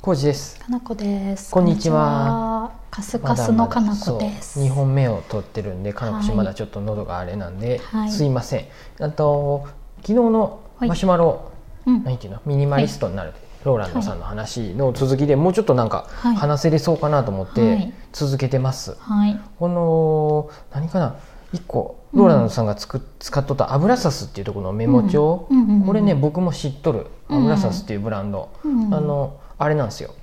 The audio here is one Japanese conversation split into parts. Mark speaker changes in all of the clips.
Speaker 1: コージです。
Speaker 2: かなこです。
Speaker 1: こんにちは
Speaker 2: こんにちは。カスカスのかなこで
Speaker 1: そ
Speaker 2: す。
Speaker 1: う二本目を取ってるんで、かなこ氏
Speaker 2: はい
Speaker 1: まだちょっと喉があれなんで、
Speaker 2: はい
Speaker 1: すいません。あと昨日のマシュマロ、
Speaker 2: うん。
Speaker 1: なんていうの、ミニマリストになる、ローランドさんの話の続きでもうちょっとなんか
Speaker 2: はい
Speaker 1: 話せれそうかなと思っ
Speaker 2: は
Speaker 1: て
Speaker 2: い
Speaker 1: 続けてます。
Speaker 2: はい。
Speaker 1: この何かな、一個ローランドさんがつく、使っとった油サスっていうところのメモ帳、
Speaker 2: うんうんうんうん
Speaker 1: これね僕も知っとる油サスっていうブランド。
Speaker 2: うん
Speaker 1: あ。のあれなんですよ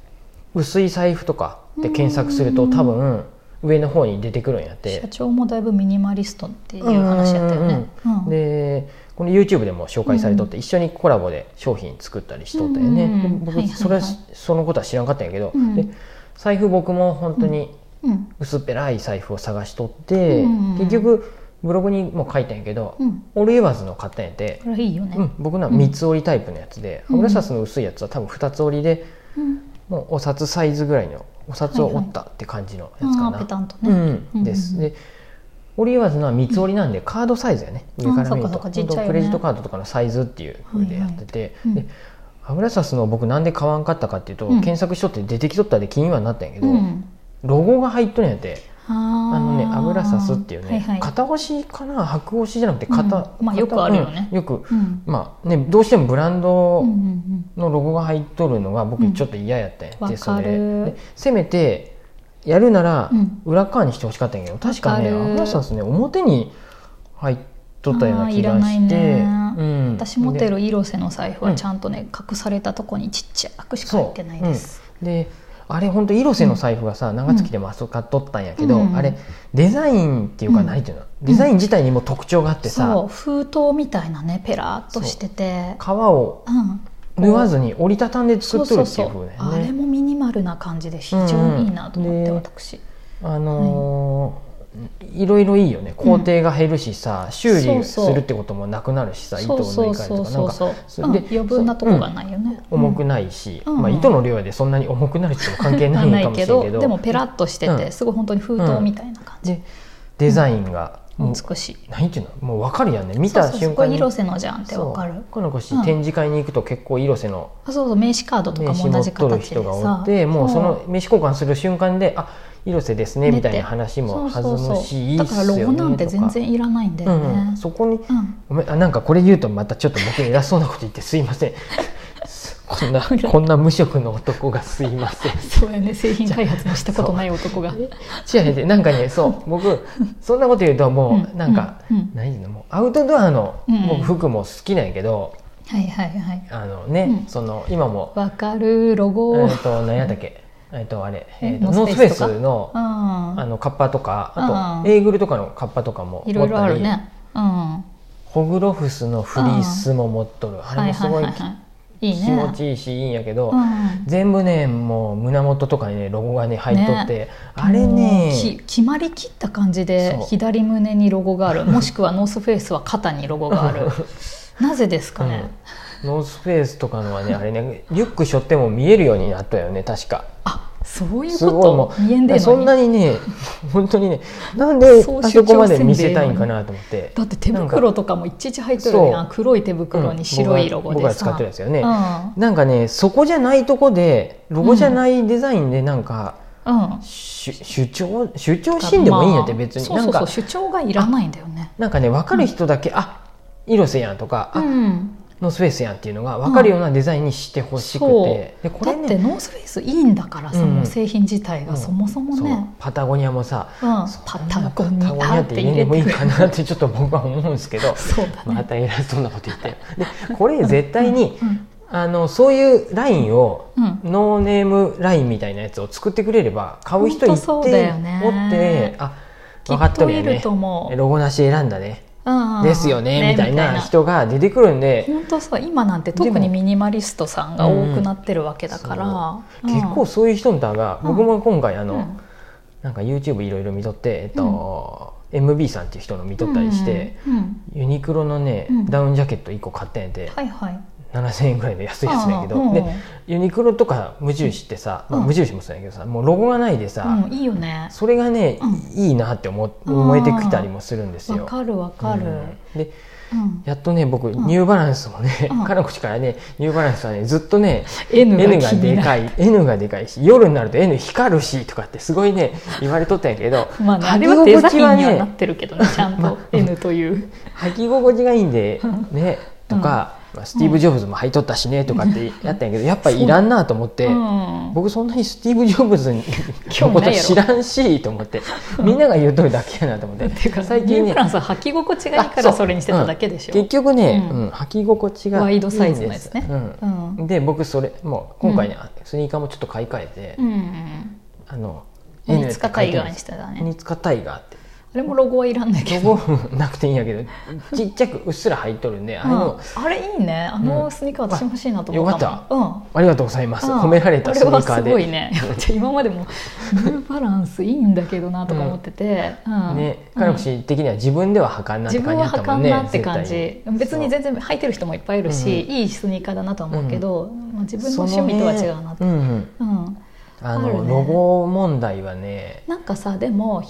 Speaker 1: 薄い財布とかで検索する
Speaker 2: う
Speaker 1: と
Speaker 2: ん
Speaker 1: 多分上の方に出てくるんやっ
Speaker 2: 社
Speaker 1: て
Speaker 2: 長もだいぶミニマリストっていう話やったよね。うん
Speaker 1: でこの YouTube でも紹介されとって一緒にコラボで商品作ったりしとったよね
Speaker 2: うん
Speaker 1: で
Speaker 2: は
Speaker 1: 僕
Speaker 2: いはいはい
Speaker 1: それはそのことは知らんかったんやけど
Speaker 2: うん
Speaker 1: で財布僕も本当に
Speaker 2: うん。
Speaker 1: 薄っぺらい財布を探しとって
Speaker 2: うん
Speaker 1: 結局ブログにも書いたんやけど
Speaker 2: うん。
Speaker 1: オールエバーズの買ったんやって
Speaker 2: これいいよね。
Speaker 1: うん僕のは三つ折りタイプのやつで
Speaker 2: うん
Speaker 1: オレサスの薄いやつは多分二つ折りで
Speaker 2: うん。
Speaker 1: もうお札サイズぐらいのお札を折ったって感じのやつか
Speaker 2: あ
Speaker 1: な、
Speaker 2: あペタンと
Speaker 1: う
Speaker 2: ね。
Speaker 1: んうん、です、
Speaker 2: うん
Speaker 1: で折り合わずのは三つ折りなんでカードサイズやね上から見る
Speaker 2: あ
Speaker 1: と
Speaker 2: そっかそっか
Speaker 1: 本
Speaker 2: ちっちゃいよ
Speaker 1: 当
Speaker 2: ね
Speaker 1: クレジットカードとかのサイズっていうふうでやってて、
Speaker 2: はいはいうん
Speaker 1: で油サスの僕なんで買わんかったかっていうと、
Speaker 2: うん
Speaker 1: 検索しとって出てきとったで気にはなったんやけど、
Speaker 2: うん。
Speaker 1: ロゴが入っとるんやって
Speaker 2: あ
Speaker 1: あのね
Speaker 2: ー
Speaker 1: 油サスっていうね、
Speaker 2: はいはい。
Speaker 1: 片押しかな白押しじゃなくて片、
Speaker 2: うんまあよくあるよね
Speaker 1: うんよく
Speaker 2: うん。
Speaker 1: まあねどうしてもブランド、
Speaker 2: うんうんうん。
Speaker 1: のロゴが入っとるのが
Speaker 2: う
Speaker 1: 僕
Speaker 2: ん
Speaker 1: ちょっと嫌やったんやって、
Speaker 2: わかる
Speaker 1: それでせめてやるなら
Speaker 2: うん
Speaker 1: 裏側にしてほしかったんやけど確かね
Speaker 2: わかる
Speaker 1: 油さんですね表に入っとったような気
Speaker 2: あ
Speaker 1: が
Speaker 2: ーいらない
Speaker 1: して、
Speaker 2: ね
Speaker 1: うん
Speaker 2: 私持って
Speaker 1: で
Speaker 2: るイロセの財布はちゃんとね隠されたとこにちっちゃくしか入ってないです。
Speaker 1: であれ本当色瀬の財布がさ長月でもあそこ買っとったんやけど、
Speaker 2: うん
Speaker 1: あれデザインっていうか
Speaker 2: うん
Speaker 1: 何ていうの、デザイン自体にも特徴があって
Speaker 2: そ
Speaker 1: さ
Speaker 2: う封筒みたいなねペラーっとしてて
Speaker 1: 皮を
Speaker 2: うん
Speaker 1: 縫わずに折りたたんで作っとるっていうふうだよ
Speaker 2: あれ
Speaker 1: ね。
Speaker 2: もミニマルな感じで非常にいいなと思って、
Speaker 1: うんうんで
Speaker 2: 私
Speaker 1: あのーいろいろいいよね工程が減るしさ、修
Speaker 2: そう
Speaker 1: 理す
Speaker 2: そう
Speaker 1: るってこともなくなるしさ
Speaker 2: そう
Speaker 1: 糸を
Speaker 2: そ
Speaker 1: 抜
Speaker 2: う
Speaker 1: いたり
Speaker 2: そ
Speaker 1: と
Speaker 2: う
Speaker 1: かな
Speaker 2: そ
Speaker 1: ん
Speaker 2: う
Speaker 1: か
Speaker 2: そう
Speaker 1: そ
Speaker 2: うん
Speaker 1: れで
Speaker 2: 余分なとこが
Speaker 1: うん
Speaker 2: ないよね、
Speaker 1: 重く
Speaker 2: い
Speaker 1: ないし、
Speaker 2: うん
Speaker 1: まあ、糸の量でそんなに重くなるっていうのは関係ないのかもしれんけど
Speaker 2: けどでもペラッとして
Speaker 1: うん
Speaker 2: てすごい本当に封筒みたいな感じ、
Speaker 1: でデザインが、もう
Speaker 2: 美しい
Speaker 1: 何ていうのもう分かるやんね見た
Speaker 2: そうそう
Speaker 1: 瞬
Speaker 2: そこ
Speaker 1: 間に
Speaker 2: 色瀬のじゃんってわかる
Speaker 1: そうこの子し
Speaker 2: うん
Speaker 1: 展示会に行くと結構色瀬の
Speaker 2: あそうそう名刺カードと
Speaker 1: 名
Speaker 2: か
Speaker 1: 刺
Speaker 2: も
Speaker 1: 持
Speaker 2: 同
Speaker 1: っ
Speaker 2: じ
Speaker 1: とる
Speaker 2: 形
Speaker 1: 人
Speaker 2: で
Speaker 1: がお
Speaker 2: さ
Speaker 1: ってもうその
Speaker 2: う
Speaker 1: 名刺交換する瞬間で「あ色瀬ですね」みたいな話も弾
Speaker 2: そうそう
Speaker 1: む
Speaker 2: そう
Speaker 1: しいいっ
Speaker 2: だ
Speaker 1: す
Speaker 2: か
Speaker 1: よ
Speaker 2: ら
Speaker 1: ね
Speaker 2: ロゴなんて
Speaker 1: とか
Speaker 2: 全然いらないんだよね、
Speaker 1: うんうん、そこに
Speaker 2: うん
Speaker 1: ごめんあなんかこれ言うとまたちょっと僕偉そうなこと言ってすいません こんなこんな無職の男がすいません
Speaker 2: そうやね製品開発もしたことない 男が
Speaker 1: 違う違うなんかね そう僕そんなこと言うとも
Speaker 2: う
Speaker 1: うんなんか、
Speaker 2: うんうん
Speaker 1: 何言うのもうアウトドアの
Speaker 2: うん
Speaker 1: 僕服も好きなんやけど、
Speaker 2: はいはいはい
Speaker 1: あのね、
Speaker 2: うん
Speaker 1: その今も
Speaker 2: わかるロ
Speaker 1: えっ、
Speaker 2: ゴ、うん、
Speaker 1: と何やったっけえっとあれ、えー
Speaker 2: え
Speaker 1: とノ
Speaker 2: ノ
Speaker 1: ース
Speaker 2: ース
Speaker 1: フ
Speaker 2: フ
Speaker 1: ェイ
Speaker 2: ェイ
Speaker 1: ス
Speaker 2: スとか
Speaker 1: のあのカッパとかあと
Speaker 2: うん
Speaker 1: エーグルとかのカッパとかも
Speaker 2: いろいろある
Speaker 1: 持ったり
Speaker 2: ねうん
Speaker 1: ホグロフスのフリースも持っとる、あれもすごい
Speaker 2: いいね
Speaker 1: 気持ちいいしいいんやけど、
Speaker 2: うん
Speaker 1: 全部ねもう胸元とかにねロゴがね入っとって、あれ
Speaker 2: もう
Speaker 1: ね
Speaker 2: き決まりきった感じで
Speaker 1: そう
Speaker 2: 左胸にロゴがあるもしくはノースフェイスは肩にロゴが あるなぜですかね、
Speaker 1: うんノースフェイスとかのはね あれねリュック背負っても見えるようになったよね確か
Speaker 2: あそういう
Speaker 1: すごい
Speaker 2: こ
Speaker 1: も
Speaker 2: と見えんで
Speaker 1: うそ
Speaker 2: ん
Speaker 1: ん
Speaker 2: の
Speaker 1: な
Speaker 2: に
Speaker 1: に ね本当にねなんで
Speaker 2: そう
Speaker 1: あそこまで見せたいんかなと思って
Speaker 2: だって手袋とかもいちいち入ってるや
Speaker 1: なん
Speaker 2: ん
Speaker 1: か
Speaker 2: 黒い手袋に白いロゴ
Speaker 1: うん僕
Speaker 2: で
Speaker 1: が使
Speaker 2: さ、
Speaker 1: ってるやつよ
Speaker 2: う
Speaker 1: ね、
Speaker 2: ん
Speaker 1: なんかねそこじゃないとこでロゴじゃないデザインでなんか、
Speaker 2: うん
Speaker 1: 主主張主張しんでもいいんやって別に、
Speaker 2: まあ
Speaker 1: なんか
Speaker 2: そうそうそう主張がいらないんだよね
Speaker 1: なんかね分かる人だけ、あ色瀬やんとか、あ
Speaker 2: うん
Speaker 1: ノースフェイスやんっていうのが分かるようなデザインにしてほしくて、
Speaker 2: そう
Speaker 1: でこ
Speaker 2: だ
Speaker 1: れ
Speaker 2: って
Speaker 1: ね
Speaker 2: ノースフェイスいいんだからそ
Speaker 1: うん
Speaker 2: の製品自体がそもそも
Speaker 1: そう
Speaker 2: ね、
Speaker 1: パタゴニアもさ、
Speaker 2: うん
Speaker 1: そん
Speaker 2: パ
Speaker 1: な
Speaker 2: タゴニ
Speaker 1: パタゴニア
Speaker 2: ア
Speaker 1: っ
Speaker 2: ってて
Speaker 1: 言
Speaker 2: 入
Speaker 1: えで
Speaker 2: れ
Speaker 1: もい
Speaker 2: て
Speaker 1: い
Speaker 2: くる
Speaker 1: かなってちょっと僕は思うんですけど
Speaker 2: そうだ
Speaker 1: ま
Speaker 2: ね、
Speaker 1: た偉そうなこと言ったよでこれ絶対に、
Speaker 2: うん
Speaker 1: あのそういうラインを、
Speaker 2: うん
Speaker 1: ノーネームラインみたいなやつを作ってくれれば買う人い
Speaker 2: ほん
Speaker 1: っ
Speaker 2: と
Speaker 1: て
Speaker 2: そうだよね
Speaker 1: おってあ
Speaker 2: き
Speaker 1: 分かっ
Speaker 2: っ
Speaker 1: と
Speaker 2: と
Speaker 1: るよ
Speaker 2: いる
Speaker 1: ね
Speaker 2: と思う、
Speaker 1: ロゴなし選んだね
Speaker 2: うん
Speaker 1: ですよねみたいな人が出てくるんで、
Speaker 2: 本当そう今なんて特
Speaker 1: で
Speaker 2: に
Speaker 1: も
Speaker 2: ミニマリストさんが多くなってるわけだから、
Speaker 1: そう結構そういう人みたいが、
Speaker 2: うん
Speaker 1: 僕も今回あ
Speaker 2: あ
Speaker 1: の、なんか YouTube いろいろ見とって、えっと MB さんっていう人の見とったりして、、
Speaker 2: うんうんうん
Speaker 1: ユニクロのね、
Speaker 2: うん
Speaker 1: ダウンジャケット1個買ったんやて、
Speaker 2: はいはい
Speaker 1: 7000円ぐらいの安いやつだけ
Speaker 2: ああう
Speaker 1: ど
Speaker 2: ん
Speaker 1: でユニクロとか無印ってさ、まあ
Speaker 2: うん
Speaker 1: 無印もそうやけどさもうロゴがないでさ、
Speaker 2: うん、いいよね
Speaker 1: それがね、
Speaker 2: うん
Speaker 1: いいなって思思えてきたりもするんです
Speaker 2: わ
Speaker 1: よ。
Speaker 2: かるわかる、
Speaker 1: うんで
Speaker 2: ううん
Speaker 1: やっとね僕ニューバランスをね、
Speaker 2: うん
Speaker 1: 彼の口からねニューバランスはねずっとね
Speaker 2: N が
Speaker 1: N が
Speaker 2: 気に
Speaker 1: で
Speaker 2: な
Speaker 1: かい N がでかいし夜になると N 光るしとかってすごい ね言われとったんやけど
Speaker 2: まあね、あ
Speaker 1: 履
Speaker 2: れ
Speaker 1: き
Speaker 2: はデ
Speaker 1: 心
Speaker 2: ザイ
Speaker 1: 地
Speaker 2: ン
Speaker 1: は
Speaker 2: にはなっ
Speaker 1: ね
Speaker 2: てるけどね、ちゃんと N という。
Speaker 1: 履き心地がいいんでね
Speaker 2: うん
Speaker 1: とか、まあスティーブ・ジョブズも履いとったしねとかってやったんやけどやっぱいらんなと思って。
Speaker 2: うん
Speaker 1: 僕そんなにスティーブ・ジョブズの
Speaker 2: 興
Speaker 1: こ
Speaker 2: 味
Speaker 1: と
Speaker 2: な いやろ
Speaker 1: 知らんしと思ってみんなが言うとるだけやなと思って
Speaker 2: っていうか
Speaker 1: 最
Speaker 2: ニ
Speaker 1: 近
Speaker 2: ュー
Speaker 1: ね
Speaker 2: バランスは履き心地がいいか
Speaker 1: あそ
Speaker 2: ら
Speaker 1: う
Speaker 2: それにしてただけでしょ。
Speaker 1: 結局ね、
Speaker 2: うん
Speaker 1: うん履き心地が
Speaker 2: ワイドサイズ
Speaker 1: いい
Speaker 2: の
Speaker 1: ん
Speaker 2: や
Speaker 1: で
Speaker 2: つ
Speaker 1: す
Speaker 2: ね。う。
Speaker 1: うんんで僕それもう今回ね、スニーカーもちょっと買い替えて、
Speaker 2: うん。
Speaker 1: あの
Speaker 2: 鬼塚タイガーに
Speaker 1: に
Speaker 2: し
Speaker 1: して
Speaker 2: た
Speaker 1: たね
Speaker 2: ね。
Speaker 1: 鬼塚タイガーって
Speaker 2: あれもロゴはいらんねんけ
Speaker 1: ロ
Speaker 2: ど。
Speaker 1: ゴなくていいんやけどちっちゃくうっすら入っとるんで、あの
Speaker 2: うんあれいいね。あのスニーカー私も欲しいなと思ったもん。
Speaker 1: あよかっ
Speaker 2: うん。
Speaker 1: ありがとうございます、
Speaker 2: うん
Speaker 1: 褒められたスニーカーで
Speaker 2: これはすご いねじゃあ今までもニューバランスいいんだけどなとか思ってて、うん
Speaker 1: ね、
Speaker 2: うん
Speaker 1: 彼の口的には自分では履かんなって
Speaker 2: 自
Speaker 1: 感
Speaker 2: 分
Speaker 1: じだ
Speaker 2: は
Speaker 1: ったも
Speaker 2: 履か
Speaker 1: ん
Speaker 2: ん
Speaker 1: ね
Speaker 2: なって感じ
Speaker 1: 絶対
Speaker 2: 別に全然履いてる人もいっぱいいるし、
Speaker 1: う
Speaker 2: いいスニーカーだなとは思うけど、まあ自分の趣味とは違うなって、
Speaker 1: そのねうんうん
Speaker 2: うん、
Speaker 1: あ
Speaker 2: ある
Speaker 1: の
Speaker 2: ね
Speaker 1: ロゴ問題はね
Speaker 2: なんかさでも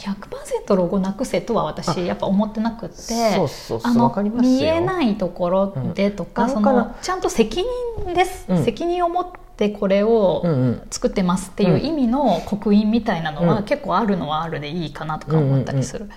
Speaker 2: 100%ロゴなくせとは私やっぱ思ってなくって
Speaker 1: そうそうそ
Speaker 2: あ
Speaker 1: う
Speaker 2: の
Speaker 1: わかりますよ
Speaker 2: 見えないところでとか,、
Speaker 1: うん
Speaker 2: そ
Speaker 1: なんか
Speaker 2: の
Speaker 1: な
Speaker 2: ちゃんと責任です、
Speaker 1: うん
Speaker 2: 責任を持ってこれを、
Speaker 1: うんうん
Speaker 2: 作ってますっていう意味の刻印みたいなのは、
Speaker 1: うん
Speaker 2: 結構あるのはあるでいいかなとか思ったりする、うん
Speaker 1: ね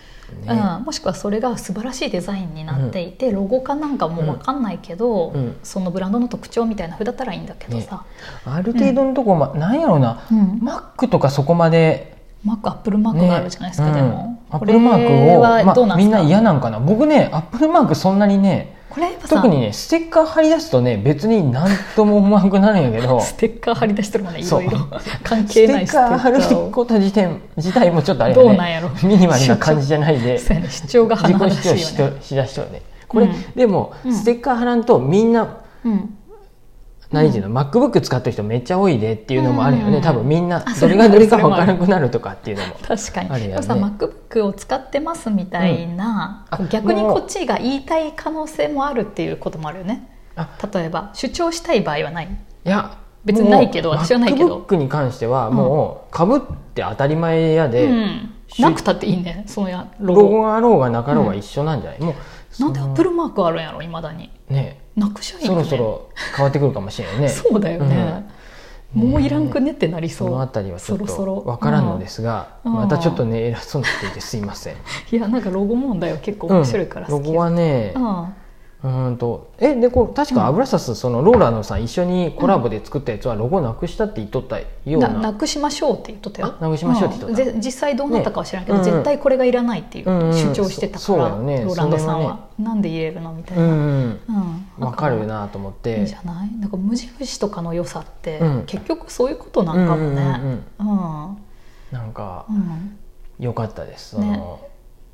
Speaker 2: もしくはそれが素晴らしいデザインになっていて、ロゴかなんかも分かんないけど、
Speaker 1: うん
Speaker 2: そのブランドの特徴みたいな風だったらいいんだけどさ、
Speaker 1: ある程度のとこ、ま、なんやろうな、
Speaker 2: うん
Speaker 1: マックとかそこまで
Speaker 2: マックアップルマークがあるじゃないですか、
Speaker 1: ね
Speaker 2: で
Speaker 1: うん
Speaker 2: も、
Speaker 1: アップルマー
Speaker 2: これは
Speaker 1: ク
Speaker 2: ど
Speaker 1: を、
Speaker 2: う
Speaker 1: まあ、
Speaker 2: ん
Speaker 1: み
Speaker 2: です
Speaker 1: ん
Speaker 2: か
Speaker 1: な嫌なんかな僕ねアップルマークそんなにね
Speaker 2: これやっぱさ
Speaker 1: 特にねステッカー貼り出すとね別になんとも思わなくなるんやけど
Speaker 2: ステッカー貼り出してるもんねい
Speaker 1: そ
Speaker 2: ろ
Speaker 1: う
Speaker 2: いろ関
Speaker 1: ステ
Speaker 2: 係ない
Speaker 1: ッ
Speaker 2: ステッ
Speaker 1: カ
Speaker 2: カ
Speaker 1: ー貼
Speaker 2: ー
Speaker 1: る
Speaker 2: を
Speaker 1: こと自体自体もちょっとあれやね
Speaker 2: どうなんやろ
Speaker 1: ミニマルな感じじゃない で
Speaker 2: そうやね主張が
Speaker 1: 自己
Speaker 2: 華々
Speaker 1: 主張
Speaker 2: し
Speaker 1: し
Speaker 2: いよね、
Speaker 1: としだしとるねこれ、
Speaker 2: うん
Speaker 1: でも、
Speaker 2: うん
Speaker 1: ステッカー貼らんとみんな
Speaker 2: うん、
Speaker 1: 何ていうの、MacBook 使ってる人めっちゃ多いでっていうのもあるよ
Speaker 2: うんうん
Speaker 1: ね、
Speaker 2: うん
Speaker 1: 多分みんな
Speaker 2: あそ
Speaker 1: ど
Speaker 2: れ
Speaker 1: れ
Speaker 2: もあ
Speaker 1: が
Speaker 2: る
Speaker 1: どれか分からなくなるとかっていうのも
Speaker 2: 確かに、
Speaker 1: あるよね
Speaker 2: でもさ MacBook を使ってますみたいな、
Speaker 1: うんあ
Speaker 2: 逆に
Speaker 1: もう
Speaker 2: こっちが言いたい可能性もあるっていうこともあるよね
Speaker 1: あ
Speaker 2: 例えば主張したい場合はない
Speaker 1: いや
Speaker 2: 別にないけど私はないけど
Speaker 1: MacBook に関してはもうかぶって当たり前やで、
Speaker 2: うん、
Speaker 1: し
Speaker 2: なくたっていいねそのやロ
Speaker 1: ロ
Speaker 2: ゴ
Speaker 1: ゴがあろうがなかろうが一緒なんじゃない、もうそ
Speaker 2: な
Speaker 1: の
Speaker 2: んでアップルマークあるんやろいまだに
Speaker 1: ね
Speaker 2: なくしゃいい
Speaker 1: そ
Speaker 2: よ
Speaker 1: ろ
Speaker 2: ね
Speaker 1: そろ変わってくるかもしれないね
Speaker 2: そうだよね、
Speaker 1: うん
Speaker 2: もういらんくねってなり
Speaker 1: そ
Speaker 2: そう、
Speaker 1: のあたりはちょっ
Speaker 2: そろそろ
Speaker 1: と分からんのですが、
Speaker 2: うん
Speaker 1: またちょっとね偉そうな人いてすいません
Speaker 2: いやなんかロゴ問題は結構面白いから
Speaker 1: うん
Speaker 2: 好
Speaker 1: ロ
Speaker 2: き、
Speaker 1: ゴはね
Speaker 2: う、ん
Speaker 1: うーんとえでこう確かアブラサス、そのローラーのさん一緒にコラボで作ったやつはロゴなくしたって言っとったよう
Speaker 2: な
Speaker 1: な
Speaker 2: なくしましょうって言っとったよ
Speaker 1: あなくしましょうって言っとった
Speaker 2: んぜ実際どうなったかは知らんけど、
Speaker 1: ね
Speaker 2: 絶対これがいらないっていう
Speaker 1: うんうん
Speaker 2: 主張してたから、
Speaker 1: そうそうだよね
Speaker 2: ローランドさん
Speaker 1: それ
Speaker 2: は
Speaker 1: は
Speaker 2: なんで言えるのみたいうな、うん
Speaker 1: んうん
Speaker 2: だ
Speaker 1: わかるなと思っ
Speaker 2: いい
Speaker 1: て
Speaker 2: じゃないなんか無印とかの良さって、
Speaker 1: うん
Speaker 2: 結局そういうことなんかもねう
Speaker 1: なんか
Speaker 2: んうん
Speaker 1: 良かったですそ
Speaker 2: ね
Speaker 1: の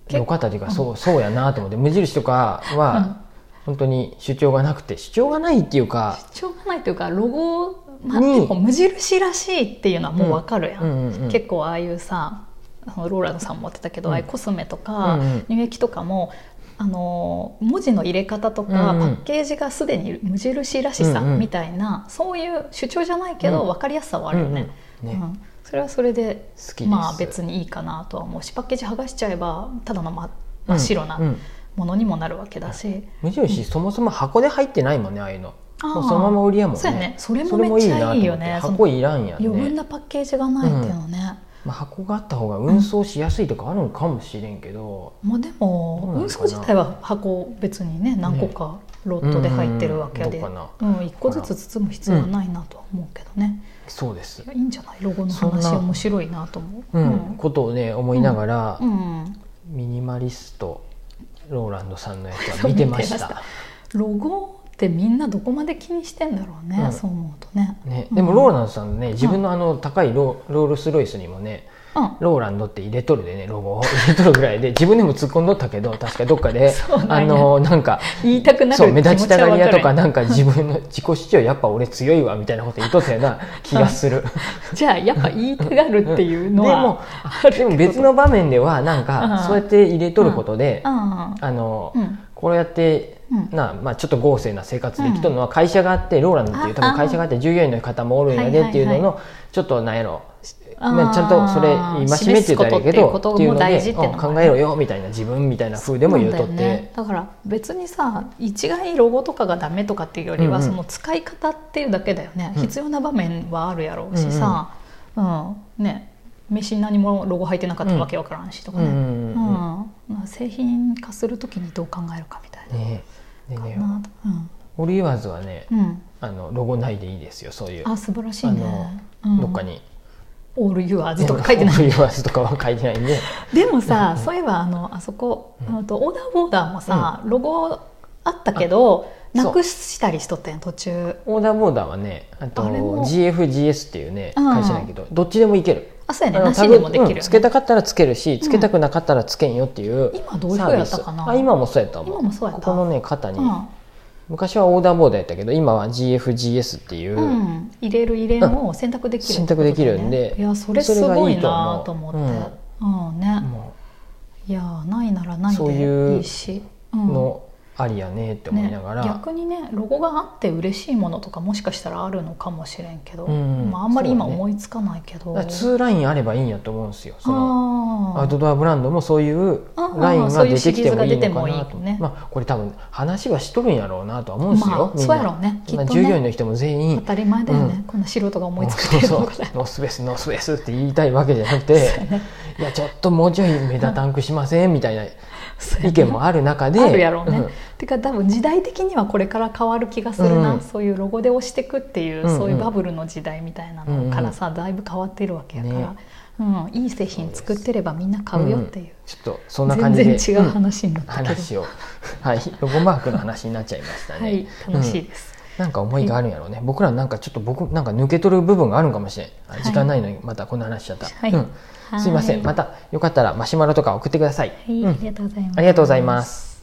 Speaker 2: 結構
Speaker 1: 良、かったというかそうそうやなと思って無印とかは本当に主張がなくて主張がないっていうか、
Speaker 2: しょうがないというかロゴ、まあ、
Speaker 1: に
Speaker 2: 結構無印らしいっていうのはもうわかるや
Speaker 1: うんうんうん、
Speaker 2: 結構ああいうさあのローランドさんも言ってたけど、
Speaker 1: うん
Speaker 2: ああいうコスメとか、
Speaker 1: うんうん
Speaker 2: 乳液とかもあの文字の入れ方とか、
Speaker 1: うんうん
Speaker 2: パッケージがすでに無印らしさ
Speaker 1: うんうん
Speaker 2: みたたいな、そういう主張じゃないけど、
Speaker 1: うん
Speaker 2: 分かりやすさはあるよね,、
Speaker 1: うん
Speaker 2: うん
Speaker 1: うんね
Speaker 2: それはそれで
Speaker 1: 好きです
Speaker 2: まあ別にいいかなとは思うしパッケージ剥がしちゃえばただの真真
Speaker 1: うん
Speaker 2: っ白な
Speaker 1: うん
Speaker 2: ものにもなるわけだし、
Speaker 1: 無印、そもそも箱で入ってないもんねああいうの
Speaker 2: あー
Speaker 1: もうそのまま売りやもんね
Speaker 2: そうやねそれもめっちゃいいよね
Speaker 1: それもいいなと思って箱いらんやんね
Speaker 2: 余分なパッケージがないっていうのね、
Speaker 1: まあ、箱があった方が運送しやすいとかあるのかもしれんけど、
Speaker 2: まあで
Speaker 1: どうなの
Speaker 2: も
Speaker 1: かな
Speaker 2: 運送自体は箱別にね何個かロットで入ってるわけで、
Speaker 1: ね
Speaker 2: う
Speaker 1: うんんどう
Speaker 2: 1個ずつ包む必要はないなとは思うけどね、
Speaker 1: そうです
Speaker 2: い、やいいんじゃないロゴの
Speaker 1: そん
Speaker 2: 話
Speaker 1: な
Speaker 2: 面白いなと思う。
Speaker 1: うんことをね思いながら、
Speaker 2: うんうん
Speaker 1: ミニマリストローランドさんのや つは見てました
Speaker 2: ロゴってみんなどこまで気にしてんだろうね、
Speaker 1: うん
Speaker 2: そう思うとね。
Speaker 1: ね、でもローランドさんね自分のあの高いロロールスロイスにもね
Speaker 2: うん
Speaker 1: ローランドって入れとるでねロゴを 入れとるぐらいで自分でも突っ込んどったけど確かどっかで
Speaker 2: そうなんや
Speaker 1: あのなんか
Speaker 2: 言いたくなる
Speaker 1: そう目立ちたがり屋とか
Speaker 2: な
Speaker 1: なんか自分の自己主張やっぱ俺強いわみたいなこと言っとったような気がする。
Speaker 2: じゃあやっぱ言いたがるってい
Speaker 1: で
Speaker 2: うのは
Speaker 1: も
Speaker 2: あるってこと
Speaker 1: でも別の場面ではなん
Speaker 2: うん
Speaker 1: かそうやって入れとることで、
Speaker 2: うん
Speaker 1: あの
Speaker 2: うん
Speaker 1: こうやって、
Speaker 2: うん
Speaker 1: なまあ、ちょっと豪勢な生活できとるのは会社があって、ローランドっていう多
Speaker 2: あ
Speaker 1: 分
Speaker 2: あ
Speaker 1: 会社があって従業員の方もおるんや
Speaker 2: はいはい
Speaker 1: で
Speaker 2: はい
Speaker 1: っていうののちょっとなんやろ
Speaker 2: あー
Speaker 1: まあ、ちゃんとそれ戒めって言ったらあれやけど
Speaker 2: 示すことっ
Speaker 1: ってて
Speaker 2: い
Speaker 1: いうう
Speaker 2: ことも
Speaker 1: の
Speaker 2: 大事っ
Speaker 1: で
Speaker 2: てのも
Speaker 1: うん考えろよみたいな自分みたいな風でも言うとっ
Speaker 2: そう
Speaker 1: て
Speaker 2: だよねだから別にさ一概ロゴとかがダメとかっていうよりは、
Speaker 1: うんうん
Speaker 2: その使い方っていうだけだよね、
Speaker 1: うん
Speaker 2: 必要な場面はあるやろうしさ、うんね飯何もロゴ入ってなかったらわけわからんしとかね、
Speaker 1: う
Speaker 2: うんん
Speaker 1: うんうんうん
Speaker 2: まあ製品化するときにどう考えるかみたい
Speaker 1: ねえでね
Speaker 2: な、なうん
Speaker 1: オリーワーズはね
Speaker 2: うん、
Speaker 1: あのロゴないでいいですよそういう
Speaker 2: あ素晴らしいね、
Speaker 1: あ
Speaker 2: うん
Speaker 1: どっかに
Speaker 2: 「オールユアーズ」とか書いてない
Speaker 1: オリーワーズとかは書いてないんで
Speaker 2: でもさ、そういえばあのあそこ、あとオーダーボーダーもさ、ロゴあったけど
Speaker 1: あ
Speaker 2: なくしたりしとったやん途中
Speaker 1: オーダーボーダーはねあと
Speaker 2: あれも
Speaker 1: GFGS っていうね
Speaker 2: うん
Speaker 1: 会社だけどどっちでもいける
Speaker 2: あそうや
Speaker 1: あ
Speaker 2: ね
Speaker 1: の
Speaker 2: なしでもできる、
Speaker 1: うんつけたかったらつけるしつけたくなかったらつけんよっていう
Speaker 2: 今どういう風やったかな
Speaker 1: サービスあ今もそうやった
Speaker 2: 今もそうやった
Speaker 1: ここのね肩に、
Speaker 2: うん
Speaker 1: 昔はオーダーボーダーやったけど今は GFGS っていう、
Speaker 2: うん入れる入れんを選択できるってことだよね、
Speaker 1: 選択できるんで
Speaker 2: いやそれすごいな
Speaker 1: それが
Speaker 2: と
Speaker 1: い
Speaker 2: 思
Speaker 1: い
Speaker 2: っ
Speaker 1: と
Speaker 2: て
Speaker 1: 思う
Speaker 2: うん、ね
Speaker 1: も
Speaker 2: いやないならない
Speaker 1: そうい
Speaker 2: で
Speaker 1: う
Speaker 2: いいしう
Speaker 1: うんのありやねって思いながら、
Speaker 2: ね、逆にねロゴがあって嬉しいものとかもしかしたらあるのかもしれんけど、
Speaker 1: うん
Speaker 2: まあ、あんまり今
Speaker 1: そうだね
Speaker 2: 思いつかないけど、
Speaker 1: だからツーラインあればいいんやと思うんですよその
Speaker 2: あー
Speaker 1: アウトドアブランドもそういうラインが出てきてもいいのかな
Speaker 2: そういうシリーズが出て
Speaker 1: と、
Speaker 2: もいいね
Speaker 1: まあ、これ多分話はしとるんやろうなとは思うんですよ、
Speaker 2: まあ、
Speaker 1: みん
Speaker 2: そうやろ
Speaker 1: な
Speaker 2: うねきっと
Speaker 1: まあ
Speaker 2: ね
Speaker 1: 従業員の人も全
Speaker 2: 当
Speaker 1: 員
Speaker 2: たり前だよね、
Speaker 1: うん
Speaker 2: こんな素人が思いつ
Speaker 1: そ
Speaker 2: く
Speaker 1: う
Speaker 2: てる
Speaker 1: そ
Speaker 2: の
Speaker 1: う
Speaker 2: から
Speaker 1: ノースペースノースペースって言いたいわけじゃなくていやちょっともうちょい目立たんくしませんみたいな
Speaker 2: そうや
Speaker 1: 意見もある中で
Speaker 2: ねあるやろうね、
Speaker 1: ん
Speaker 2: てか多分時代的にはこれから変わる気がするな、
Speaker 1: うん
Speaker 2: そういうロゴで押してくっていう、
Speaker 1: うんうん
Speaker 2: そういうバブルの時代みたいなのからさ、だいぶ変わってるわけやから、
Speaker 1: ね
Speaker 2: うん、いい製品作ってればみんな買うよっていう、
Speaker 1: ちょっとそんな感じで
Speaker 2: 全然違う話になっ
Speaker 1: うん
Speaker 2: たけど、
Speaker 1: 話をはいロゴマークの話になっちゃいましたね、
Speaker 2: はい楽しい
Speaker 1: うん
Speaker 2: です、
Speaker 1: なんか思いがあるんやろうね僕らなんかちょっと僕なんか抜け取る部分があるんかもしれんあ
Speaker 2: い
Speaker 1: 時間ないのにまたこんな話しちゃった、
Speaker 2: はい
Speaker 1: うん、すいません
Speaker 2: はい
Speaker 1: またよかったらマシュマロとか送ってください、
Speaker 2: はい
Speaker 1: うん
Speaker 2: ありがとうございます
Speaker 1: ありがとうございます